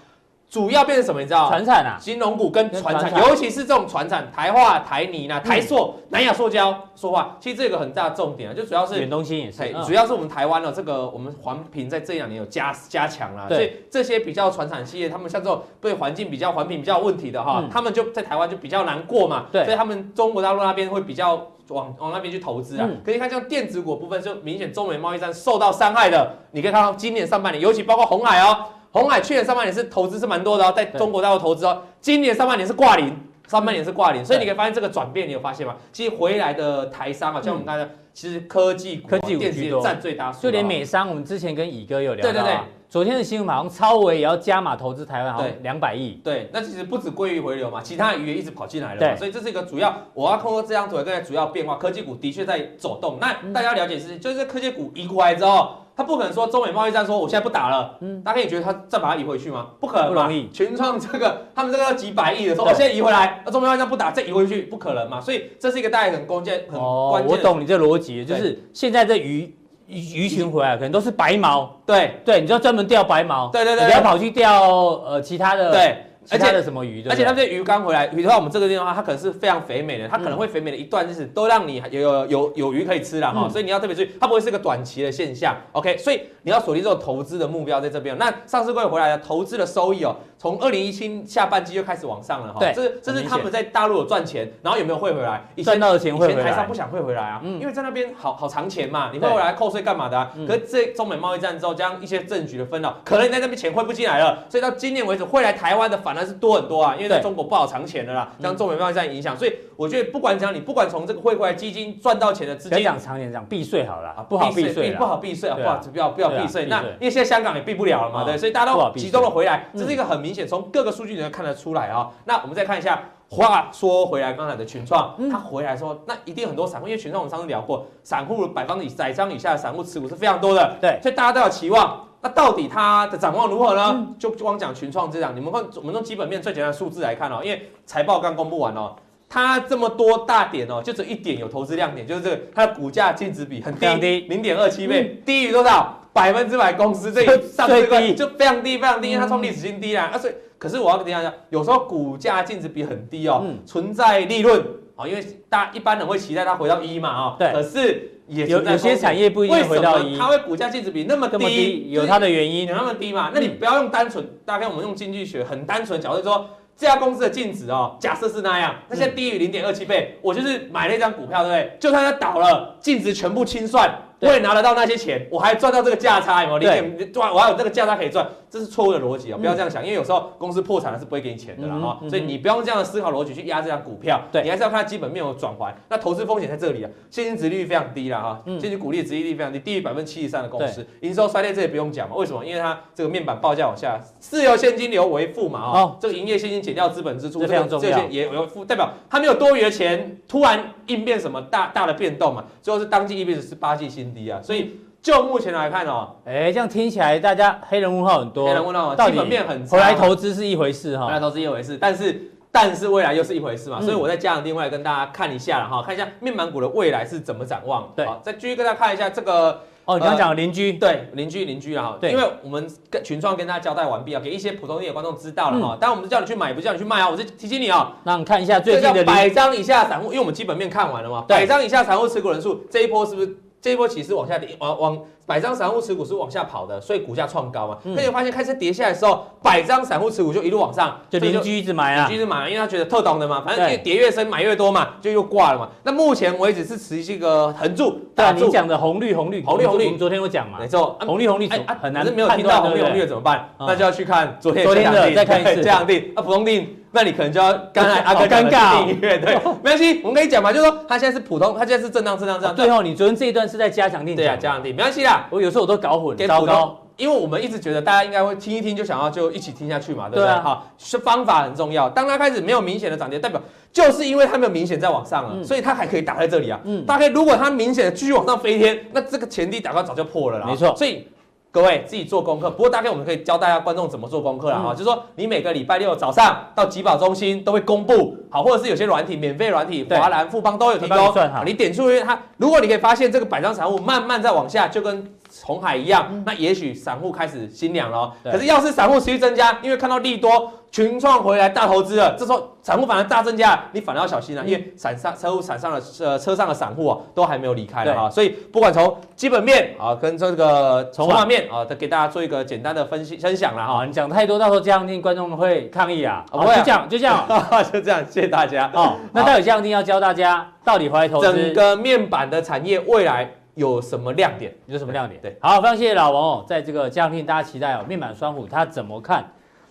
主要变成什么？你知道？
船产啊，
金融股跟
跟
船
传
产，
产
尤其是这种船产，台化、台泥啦、台塑、南亚塑胶，说话，其实这个很大的重点啊，就主要是
远。东新也是
哎，，
嗯
主要是我们台湾的这个我们环评在这两年有加加强啦，
对
所以这些比较传产企业，他们像这种对环境比较环评比较有问题的哈，
嗯
他们就在台湾就比较难过嘛，
对
所以他们中国大陆那边会比较往往那边去投资啊。
嗯
可是你看像电子股部分，就明显中美贸易战受到伤害的，你可以看到今年上半年，尤其包括红海哦，红海去年上半年是投资是蛮多的哦，在中国大陆投资哦，今年上半年是挂零，上半年是挂零，所以你可以发现这个转变，你有发现吗？其实回来的台商啊，像我们刚才讲，其实科技
嗯
股、啊
科技股
电子
居
业
多
占最大数啊，
就连美商，我们之前跟乙哥有聊到、啊，
对对对
昨天的新闻好像超维也要加码投资台湾，好像
对
两百亿，
对，那其实不止鲑鱼回流嘛，其他的鱼也一直跑进来了
对
嘛，所以这是一个主要，我要通过这张图来跟大家主要变化，科技股的确在走动。那
嗯
大家了解是，就是科技股移过来之后，它不可能说中美贸易战说我现在不打了，
嗯
嗯，大家可以觉得它再把它移回去吗？不可能嘛，
不容易
群创这个 [laughs] 他们这个要几百亿的时候，
对
我现在移回来，那中美贸易战不打再移回去，不可能嘛。所以这是一个大家很关键、很关
哦
键。
我。懂你这逻辑，就是现在这鱼鱼鱼群回来，可能都是白毛，
对
对，你就专门钓白毛，
对对
你不要
对
跑去钓呃其他的，，
对，
其
而
他
且
的什么鱼，对
而
不
且
对
他们这鱼刚回来，比如说我们这个地方，它可能是非常肥美的，它
嗯
可能会肥美的一段日子，都让你有有有有鱼可以吃了哈、
嗯
所以你要特别注意，它不会是个短期的现象。OK，所以你要锁定这种投资的目标在这边。那上市柜回来的投资的收益哦，从二零一七下半季就开始往上了哈、
对
这是这
很明
是
显
他们在大陆有赚钱，然后有没有汇回来？以前
赚到的钱
以
会
前
回
台商
来
不，想汇回来啊，
嗯
因为在那边好好藏钱嘛，你
对
汇回来扣税干嘛的啊
嗯？
可是这中美贸易战之后，将一些政局的纷扰，可能你在那边钱汇不进来了，所以到今年为止，会来台湾的反而是多很多啊，因为在
对
中国不好藏钱的啦，
嗯
将中美贸易战影响，所以我觉得不管讲你，不管从这个汇回来基金赚到钱的资
不要
金。
讲长点，讲避税好了啦，啊不好避税
不
啦，
啊好避税啊，
对
不
啊
好不要不要
对啊
避税。
避
那
税
因为现在香港也避不了了嘛，
啊
对，所以大家
不好
都
避税
集中了回来，
嗯
这是一个很明显，从各个数据你能看得出来啊。那我们再看一下，话说回来，刚才的群创
嗯，
它回来说，那一定很多散户，因为群创我们上次聊过，散户百分以百张以下的散户持股是非常多的，
对
所以大家都有期望。那到底它的展望如何呢？
嗯
就就光讲群创这样，你们看，我们用基本面最简单的数字来看哦，因为财报刚公布完哦。它这么多大点哦，就只有一点有投资亮点，就是这个它的股价净值比很
非常低嗯
低，零点二七倍，低于多少？百分之百公司这里上市
最低嗯
柜就非常低，非常低，因为它创历史新低啦。啊，所以可是我要跟大家讲，有时候股价净值比很低哦，
嗯
存在利润哦，因为大家一般人会期待它回到一嘛哦，
对
可是也
有
存在
有些
风险
产业不一定
为
会
什
回到
么
一
它，会股价净值比那么
这么低
低？
有它的原因
有，那么低嘛？那你不要用单纯，大概我们用经济学很单纯的角度说，这家公司的净值哦，假设是那样，那现在低于零点二七倍，我就是买那张股票，对不对？就算它倒了，净值全部清算，我
对
也拿得到那些钱，我还赚到这个价差，有没有？
对
零点赚，我还有这个价差可以赚，这是错误的逻辑哦，不要这样想，因为有时候公司破产了是不会给你钱的啦
嗯
哈
嗯，
所以你不要用这样的思考逻辑去压这张股票，
对
你还是要看它基本面有转环。那投资风险在这里啊，现金值利率非常低了哈，
嗯
现金股利值利率非常低，低于百分之七十三的公司，营收衰退这也不用讲嘛，为什么？因为它这个面板报价往下，自由现金流为负嘛啊、
哦
这个营业现金减掉资本支出，
这
这
非常
个
重要
这些也有负，代表它没有多余的钱，突然应变什么大大的变动嘛，最后是当季 EPS 是八季新低啊，所以就目前来看哦，
哎，这样听起来大家黑人问号很多
没，人问到哦
到底
基本面很差
回来投资是一回事
回来
哈，
投资一回事，但是但是未来又是一回事嘛，
哦嗯
所以我在加强另外跟大家看一下了哈，看一下面板股的未来是怎么展望。
对
好，再继续跟大家看一下这个
哦，你刚刚讲的邻居，
呃对邻居邻居啊哈，
对
因为我们跟群创跟大家交代完毕啊，给一些普通业的观众知道了哈，当然我们是叫你去买，不是叫你去卖啊，我是提醒你啊，
让你看一下嗯最
这
近
叫
的邻
百张以下散户，因为我们基本面看完了嘛，
对
百张以下散户持股人数这一波是不是？这一波其实往下跌，往往百张散户持股是往下跑的，所以股价创高嘛。
嗯
那、你发现开始跌下来的时候，百张散户持股就一路往上，
就
所以
邻居一直买啊
继，续买，因为他觉得特懂的嘛，反正
对
越跌越深，买越多嘛，就又挂了嘛。那目前为止是持续一个横柱
对啊，
打
你
住，
讲的红绿红绿
红绿红绿
我们昨天有讲嘛
没，错。啊
红绿红绿
哎啊
很难
可是没有
判
听到
断
红绿
对不
红
对
绿的怎么办？
嗯
那就要去看昨天
昨天的
降定
再看一次
对这样定啊，普通定，那你可能就要刚才阿
好
哥讲的
尴尬哦
是订阅对，没关系，我们跟你讲嘛，就是说它现在是普通，它现在是震荡震荡震荡，
哦最后你昨天这一段是在加强定
对啊，
讲，
加强定，没关系啦，
我有时候我都搞混，
给
糟
普
糕
通，，因为我们一直觉得大家应该会听一听就想要就一起听下去嘛，对不
对
对？
啊
好，是方法很重要。当它开始没有明显的涨跌，代表就是因为它没有明显在往上了，
嗯
所以它还可以打在这里啊。
嗯
大概如果它明显的继续往上飞天，那这个前低打到早就破了啦。
没错
所以。各位自己做功课，不过大概我们可以教大家观众怎么做功课了哈、
嗯
就是说你每个礼拜六早上到集保中心都会公布，好，或者是有些软体免费软体，
对
华兰、富邦都有提
会帮
供
你算好，
你点出去它，如果你可以发现这个百张散户慢慢在往下，就跟红海一样，那也许散户开始心凉了哦。
嗯对
可是要是散户持续增加，因为看到利多群创回来大投资了，这时候散户反而大增加，你反而要小心了、啊
嗯
因为散上车户散上的呃车上的散户啊，都还没有离开了啊。所以不管从基本面啊，跟这个筹码面啊，都给大家做一个简单的分析分享了
啊，你讲太多，到时候加强定观众会抗议啊，
啊
好
不会啊
就这样就这
[laughs]
样哦
哈。就这样，谢谢大家。
哦，那到底加强定要教大家到底回来投
整
资
个面板的产业未来有什么亮点？
有什么亮点？
对，
好，非常谢谢老王哦，在这个加强令大家期待哦，面板双虎他怎么看？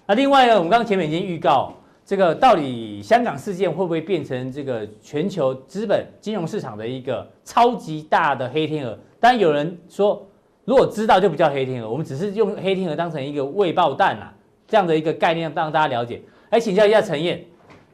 那另外呢，我们刚刚前面已经预告，哦这个到底香港事件会不会变成这个全球资本金融市场的一个超级大的黑天鹅？当然有人说，如果知道就不叫黑天鹅，我们只是用黑天鹅当成一个未爆弹啦、这样的一个概念让大家了解。来请教一下陈燕，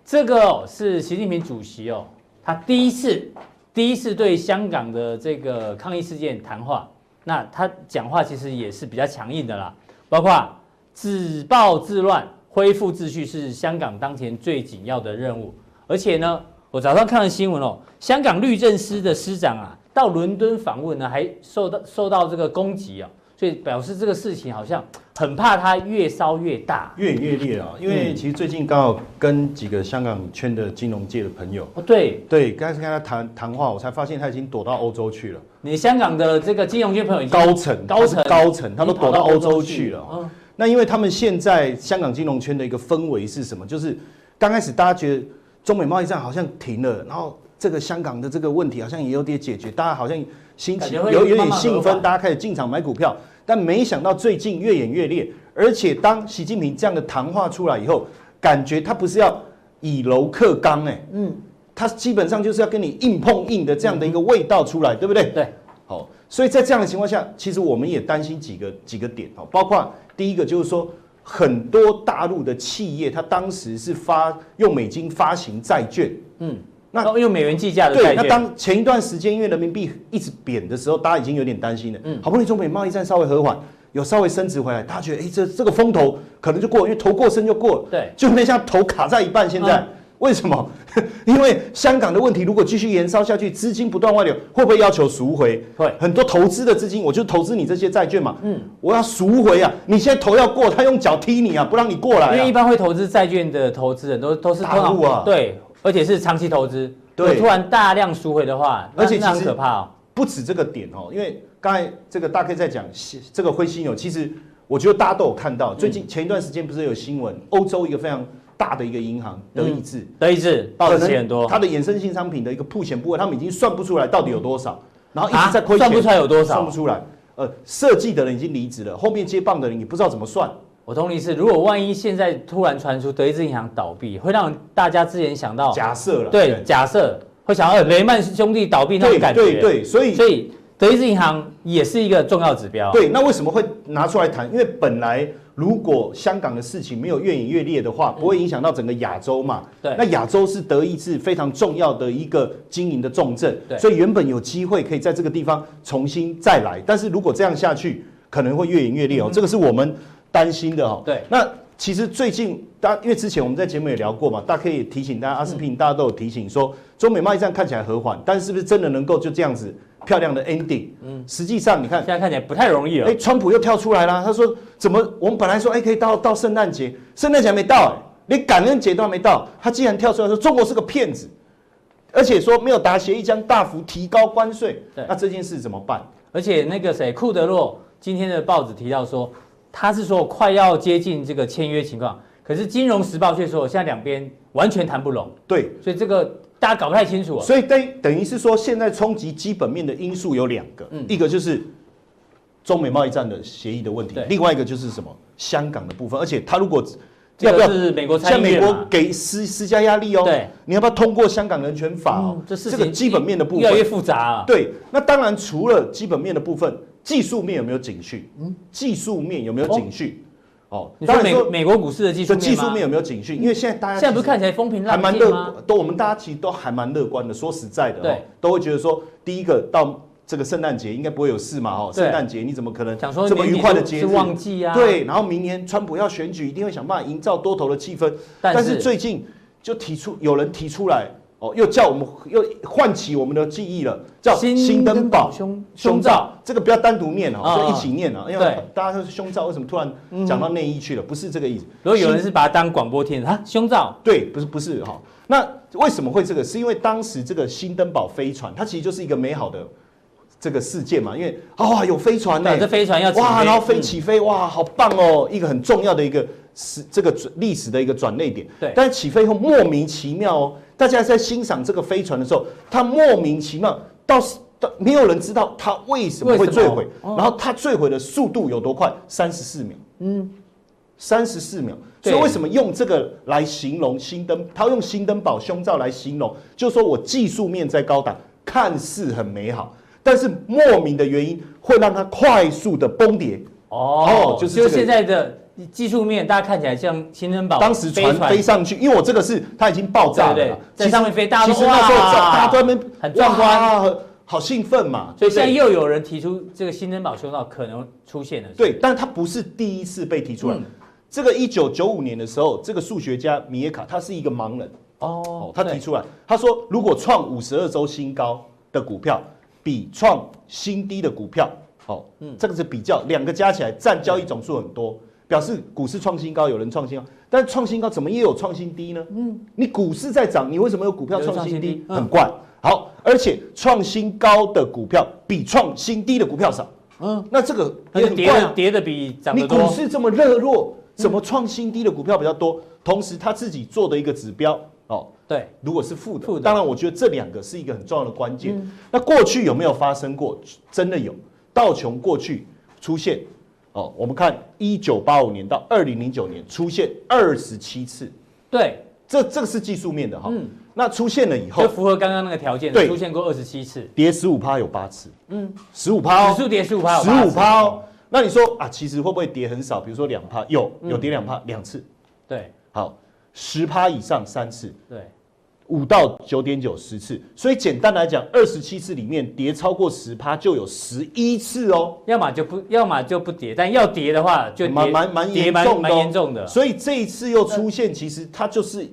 这个、哦、是习近平主席哦，他第一次第一次对香港的这个抗议事件谈话，那他讲话其实也是比较强硬的啦，包括止暴制乱、恢复秩序是香港当前最紧要的任务。而且呢，我早上看了新闻哦，香港律政司的司长啊，到伦敦访问呢，还受到受到这个攻击啊，所以表示这个事情好像很怕它越烧越大。
越演越烈了，因为其实最近刚好跟几个香港圈的金融界的朋友，
哦，对，
对，刚才跟他谈谈话，我才发现他已经躲到欧洲去了，
你香港的这个金融圈朋友已经
高层，
高层
他是高层，他都
已经跑
躲到欧洲去了。哦
嗯
那因为他们现在香港金融圈的一个氛围是什么？就是刚开始大家觉得中美贸易战好像停了，然后这个香港的这个问题好像也有点解决，大家好像心
感
情
觉会
有有
慢
点
慢
兴
和
奋，
缓
大家开始进场买股票。但没想到最近越演越烈，而且当习近平这样的谈话出来以后，感觉他不是要以柔克刚哎、
嗯，
他基本上就是要跟你硬碰硬的这样的一个味道出来，对不对？
对。
好，所以在这样的情况下，其实我们也担心几个几个点哦，包括第一个就是说，很多大陆的企业，它当时是发用美金发行债券，
嗯，
那
那用美元计价的
对，
债
那
券，
当前一段时间因为人民币一直贬的时候，大家已经有点担心了。
嗯
嗯，好不容易中美贸易战稍微和缓，有稍微升值回来，大家觉得哎、这这个风头可能就过了，因为头过身就过了。
对，
就那像头卡在一半，现在、
嗯
为什么？ [laughs] 因为香港的问题如果继续延烧下去，资金不断外流，会不会要求赎回？
会
很多投资的资金，我就投资你这些债券嘛。
嗯
嗯，我要赎回啊！你现在头要过，他用脚踢你啊，不让你过来、啊。
因为一般会投资债券的投资人都都是
大户啊
对，而且是长期投资。
对
如果突然大量赎回的话，那
而且其
那
实
很可怕哦。
不止这个点哦，因为刚才这个大概在讲西这个灰犀牛，其实我觉得大家都有看
嗯
到，最近前一段时间不是有新闻，欧洲一个非常大的一个银行德意志，
德意志嗯报
可
的
能
钱很多，
它的衍生性商品的一个铺险部位，他们已经算不出来到底有多少，然后一直在亏
啊
钱，
算不出来有多
算
少
不。出来。呃，设计的人已经离职了，后面接棒的人也不知道怎么算。
我同意是，如果万一现在突然传出德意志银行倒闭，会让大家之前想到，
假设了，
对，假设会想到呃雷曼兄弟倒闭那种
对
感觉。
对对，所以
所以德意志银行也是一个重要指标。
对，那为什么会拿出来谈？因为本来如果香港的事情没有越演越烈的话，不会影响到整个亚洲嘛。
嗯对
那亚洲是德意志非常重要的一个经营的重镇
对，
所以原本有机会可以在这个地方重新再来，但是如果这样下去，可能会越演越烈哦。这个是我们担心的哦。
嗯对
那其实最近大因为之前我们在节目也聊过嘛，大家可以提醒大家，阿司
嗯
匹林大家都有提醒说，中美贸易战看起来和缓，但是不是真的能够就这样子漂亮的 ending？嗯，实际上你看
现。在看起来不太容易
哎、
了。
川普又跳出来啦，他说怎么我们本来说哎、可以到到圣诞节，圣诞节还没到、哎，连感恩节都还没到，他竟然跳出来说中国是个骗子，而且说没有达协议将大幅提高关税
对，
那这件事怎么办？
而且那个谁，库德洛今天的报纸提到说，他是说快要接近这个签约情况，可是《金融时报》却说现在两边完全谈不拢，
对，
所以这个大家搞不太清楚、啊。
所以等等于是说，现在冲击基本面的因素有两个，
嗯
一个就是中美贸易战的协议的问题
对，
另外一个就是什么香港的部分，而且他如果
这
要不
个
要
是美国参
像
议啊
美
院
国
嘛，
给施施加压力哦，
对，
你要不要通过香港人权法哦？
嗯这事
个
情
基本面的部分
越来越复杂啊。
对，那当然除了基本面的部分，技术面有没有警讯？技术面有没有警讯？哦，
嗯你
当
说
然
美美国股市的技术
这
面吗
技术面有没有警讯？因为现在大家
现在不是
其实
看起来风平
还
浪
蛮
静
乐
吗？，
都我们大家其实都还蛮乐观的。说实在的，
对
哦，都会觉得说，第一个到这个圣诞节应该不会有事嘛，哦，
对
圣诞节你怎么可能
想说
这么愉快的节
年底
日
是旺季啊，，
对，然后明年川普要选举，一定会想办法营造多头的气氛。
但
但
是
是最近就提出有人提出来哦，又叫我们又唤起我们的记忆了，叫
新
新登堡
胸胸
胸
罩
罩，这个不要单独念
啊
哦，就一起念啊，因为
对
大家说胸罩为什么突然讲到内衣去了？不是这个意思。
如果有人是把它当广播听的啊，胸罩
哦对，不是不是哈、那为什么会这个？是因为当时这个新登堡飞船，它其实就是一个美好的这个事件嘛。因为哦哇、有飞船呢、
对，这飞船要起
哇，
飞
然后飞
嗯
起飞，哇，好棒哦！一个很重要的一个是这个转历史的一个转捩点。
对
但是起飞后莫名其妙哦，大家在欣赏这个飞船的时候，它莫名其妙到到没有人知道它为什么
为
会
什么哦
坠毁，然后它坠毁的速度有多快？三十四秒。嗯，三十四秒。
对
所以为什么用这个来形容新登？他用新登堡胸罩来形容，就说我技术面在高档，看似很美好，但是莫名的原因会让它快速的崩跌。
哦
哦，就是这个
现在的技术面，大家看起来像新人堡
当时船飞上去，因为我这个是它已经爆炸
哦
了啦，
对对
其实
在上面飞大家都
其实那时候
哇
大家都在那边
很壮观，
哇很好兴奋嘛。
所以现在
对
又有人提出这个新人堡胸罩可能出现了。
对，但它不是第一次被提出来
嗯。
这个一九九五年的时候，这个数学家米耶卡他是一个盲人，
哦
哦，他提出来，他说如果创五十二周新高的股票比创新低的股票，好、嗯，这个是比较，两个加起来占交易总数很多，表示股市创新高，有人创新高，但创新高怎么也有创新低呢？嗯，你股市在涨，你为什么有股票
有
创新
创新
低
低？嗯
很怪。好，而且创新高的股票比创新低的股票少，嗯，那这个
对
也
那
很
跌
怪啊
的。跌的嗯比涨
你
得
股
多，
市这么热络，怎么创新低的股票比较多？同时他自己做的一个指标哦，
对，
如果是负的，
负的嗯
当然我觉得这两个是一个很重要的关键。那过去有没有发生过？真的有，道琼过去出现哦，我们看一九八五年到二零零九年出现二十七次，
对，
这这个是技术面的哈、
嗯
那出现了以后
就符合刚刚那个条件，
对
出现过二十七次，
跌十五趴有八次，嗯，十五趴哦，
指数跌十五趴，
十五趴哦。那你说啊，其实会不会跌很少？比如说两趴，有有跌两趴，两次。
对
好，十趴以上三次，
对，
五到九点九十次。所以简单来讲，二十七次里面跌超过十趴就有十一次哦，
要么就不，要么就不跌，但要跌的话就跌
蛮蛮蛮
跌
严
蛮
重的哦
蛮严重的，
所以这一次又出现，其实它就是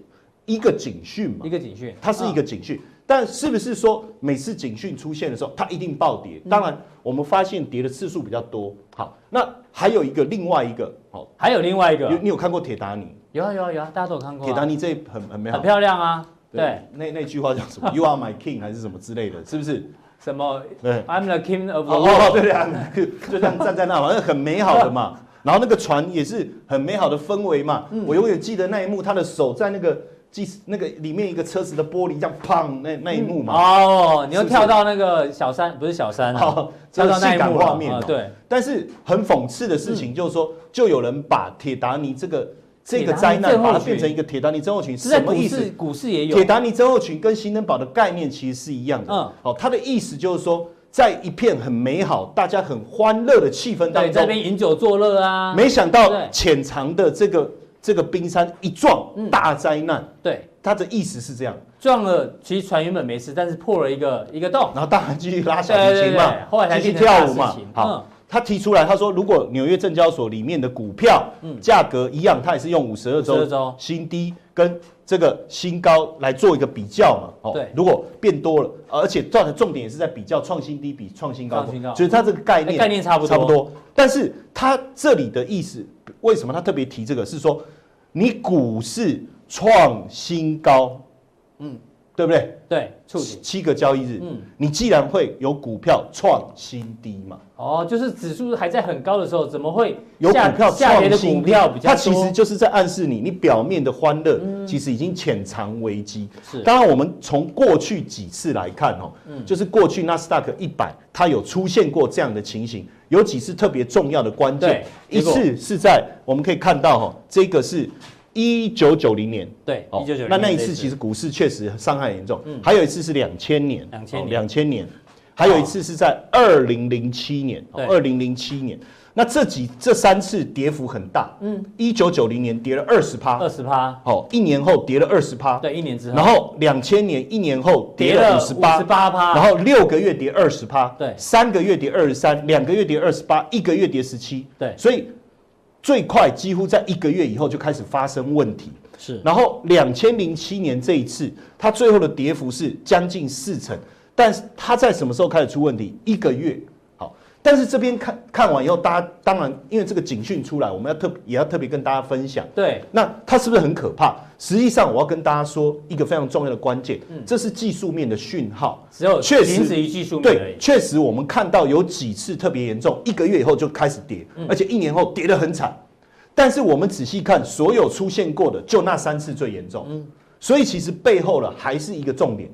一个警讯嘛
一，个警讯，
它是一个警讯。但是不是说每次警讯出现的时候，它一定暴跌？
嗯
当然，我们发现跌的次数比较多。好，那还有一个另外一个，好，
还有另外一
有
个，
你有看过铁达尼？
有啊有啊有啊，大家都有看过
铁
啊
达，尼这很很美好
很，漂亮啊，对，，
那那句话叫什么？You are my king 还是什么之类的，是不是？
什么
对，
I'm the king of the
哦哦，
world，
对对啊，
[laughs]
就这样站在那，好像很美好的嘛。然后那个船也是很美好的氛围嘛。
嗯
我永远记得那一幕，他的手在那个计那个里面一个车子的玻璃这样砰，那那一幕嘛。
哦，你又
是不是
跳到那个小山，不是小山啊
好，
跳到那
这
一
个性
幕
感
了
画面
啊
哦
对，
但是很讽刺的事情就是说，就有人把铁达尼这个这个
铁达
灾
尼
难，把
症候
它
群
变成一个铁达尼症候群，
是在
什么
股
意思
市？股市也有
铁，达尼症候群跟新登堡的概念其实是一样的。
嗯
嗯，好、它的意思就是说，在一片很美好、大家很欢乐的气氛
对，
当
在那
中，
边饮酒作乐啊，
没想到
对嗯
潜藏的这个这个冰山一撞，大灾难。
对，
它的意思是这样，
撞了，其实船原本没事，但是破了一个一个洞，
然后大家继续拉小
对
提
对
琴嘛
对，，后来才
继续
变成大
跳
事
舞嘛
情。。
好，，他提出来，他说如果纽约证交所里面的股票
嗯
价格一样，他也是用五十二
52
周
周
新低跟这个新高来做一个比较嘛。哦
对
如果变多了，呃而且赚的重点也是在比较创新低比创新高，
创新高
所以它这个概念
哎概念差不多
差不多。但是它这里的意思，为什么他特别提这个？是说你股市创新高，嗯，对不对？
对，触
七
底
七个交易日，
嗯
你既然会有股票创新低嘛，
哦，就是指数还在很高的时候，怎么会
有股
下
票
下跌
创
的
新
股
低
票比，较
它
多？嗯
其实就是在暗示你，你表面的欢乐其实已经潜藏危机。
是
当然我们从过去几次来看哦，
嗯
就是过去纳斯达克一百，它有出现过这样的情形，有几次特别重要的关键，
对
一
结果
次是在我们可以看到哈，这个是一九九零年。
对，
哦
一九九零。
那那一次其实股市确实伤害严重，
嗯
还有一次是两千年，哦
2000年
两千年，还有一次是在二零零七年，哦
对
二零零七年。那这几这三次跌幅很大，嗯，一九九零年跌了二十趴
二，十趴，
哦，一年后跌了二十趴，
对，一年之后，
然后两千年一年后跌了五十八
十，八趴，
然后六个月跌二十趴，
对
三个月跌二十三，两个月跌二十八，一个月跌十七，
对
所以最快几乎在一个月以后就开始发生问题，
是
然后两千零七年这一次，它最后的跌幅是将近四成，但是它在什么时候开始出问题？一个月。好，但是这边看看完以后，大家当然因为这个警讯出来，我们要特也要特别跟大家分享。
对，
那它是不是很可怕？实际上，我要跟大家说一个非常重要的关键，这是技术面的讯号。
嗯只有
确实
仅止于技术面而
对
已，。
确实我们看到有几次特别严重，一个月以后就开始跌，
嗯
而且一年后跌得很惨。但是我们仔细看，所有出现过的就那三次最严重。
嗯
所以其实背后呢还是一个重点，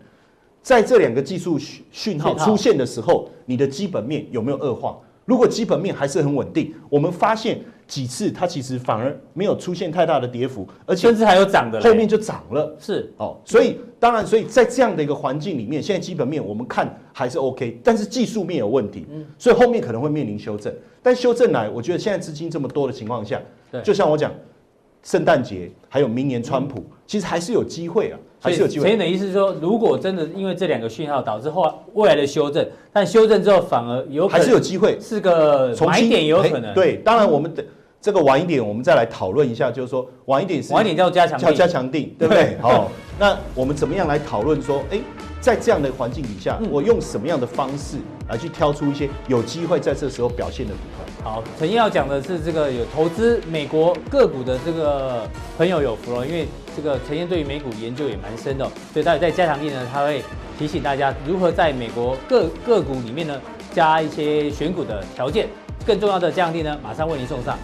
在这两个技术讯讯号
讯号
出现的时候，你的基本面有没有恶化？如果基本面还是很稳定，我们发现几次它其实反而没有出现太大的跌幅，而且
甚至还有涨的嘞，
后面就涨了。
是
哦，所以当然，所以在这样的一个环境里面，现在基本面我们看还是 OK，但是技术面有问题，
嗯
所以后面可能会面临修正。但修正来，我觉得现在资金这么多的情况下
对，
就像我讲，圣诞节还有明年川普，其实还是有机会啊，还是有
嗯
机
所以
会。
你的意思是说，如果真的因为这两个讯号导致后来未来的修正，但修正之后反而有可
还
能
是有机会
是个
重
买
新
点，有可
哎
能。，
对，当然我们等这个晚一点，我们再来讨论一下，就是说晚一点是
晚一点叫加强
要
力。
加强定，对不对
对？
好，那我们怎么样来讨论说，哎，在这样的环境底下，
嗯
我用什么样的方式来去挑出一些有机会在这时候表现的股票？
好，陈燕要讲的是这个有投资美国个股的这个朋友有福了，因为这个陈燕对于美股研究也蛮深的哦、所以待会在加强力呢，他会提醒大家如何在美国各个股里面呢加一些选股的条件。更重要的加强力呢，马上为您送上。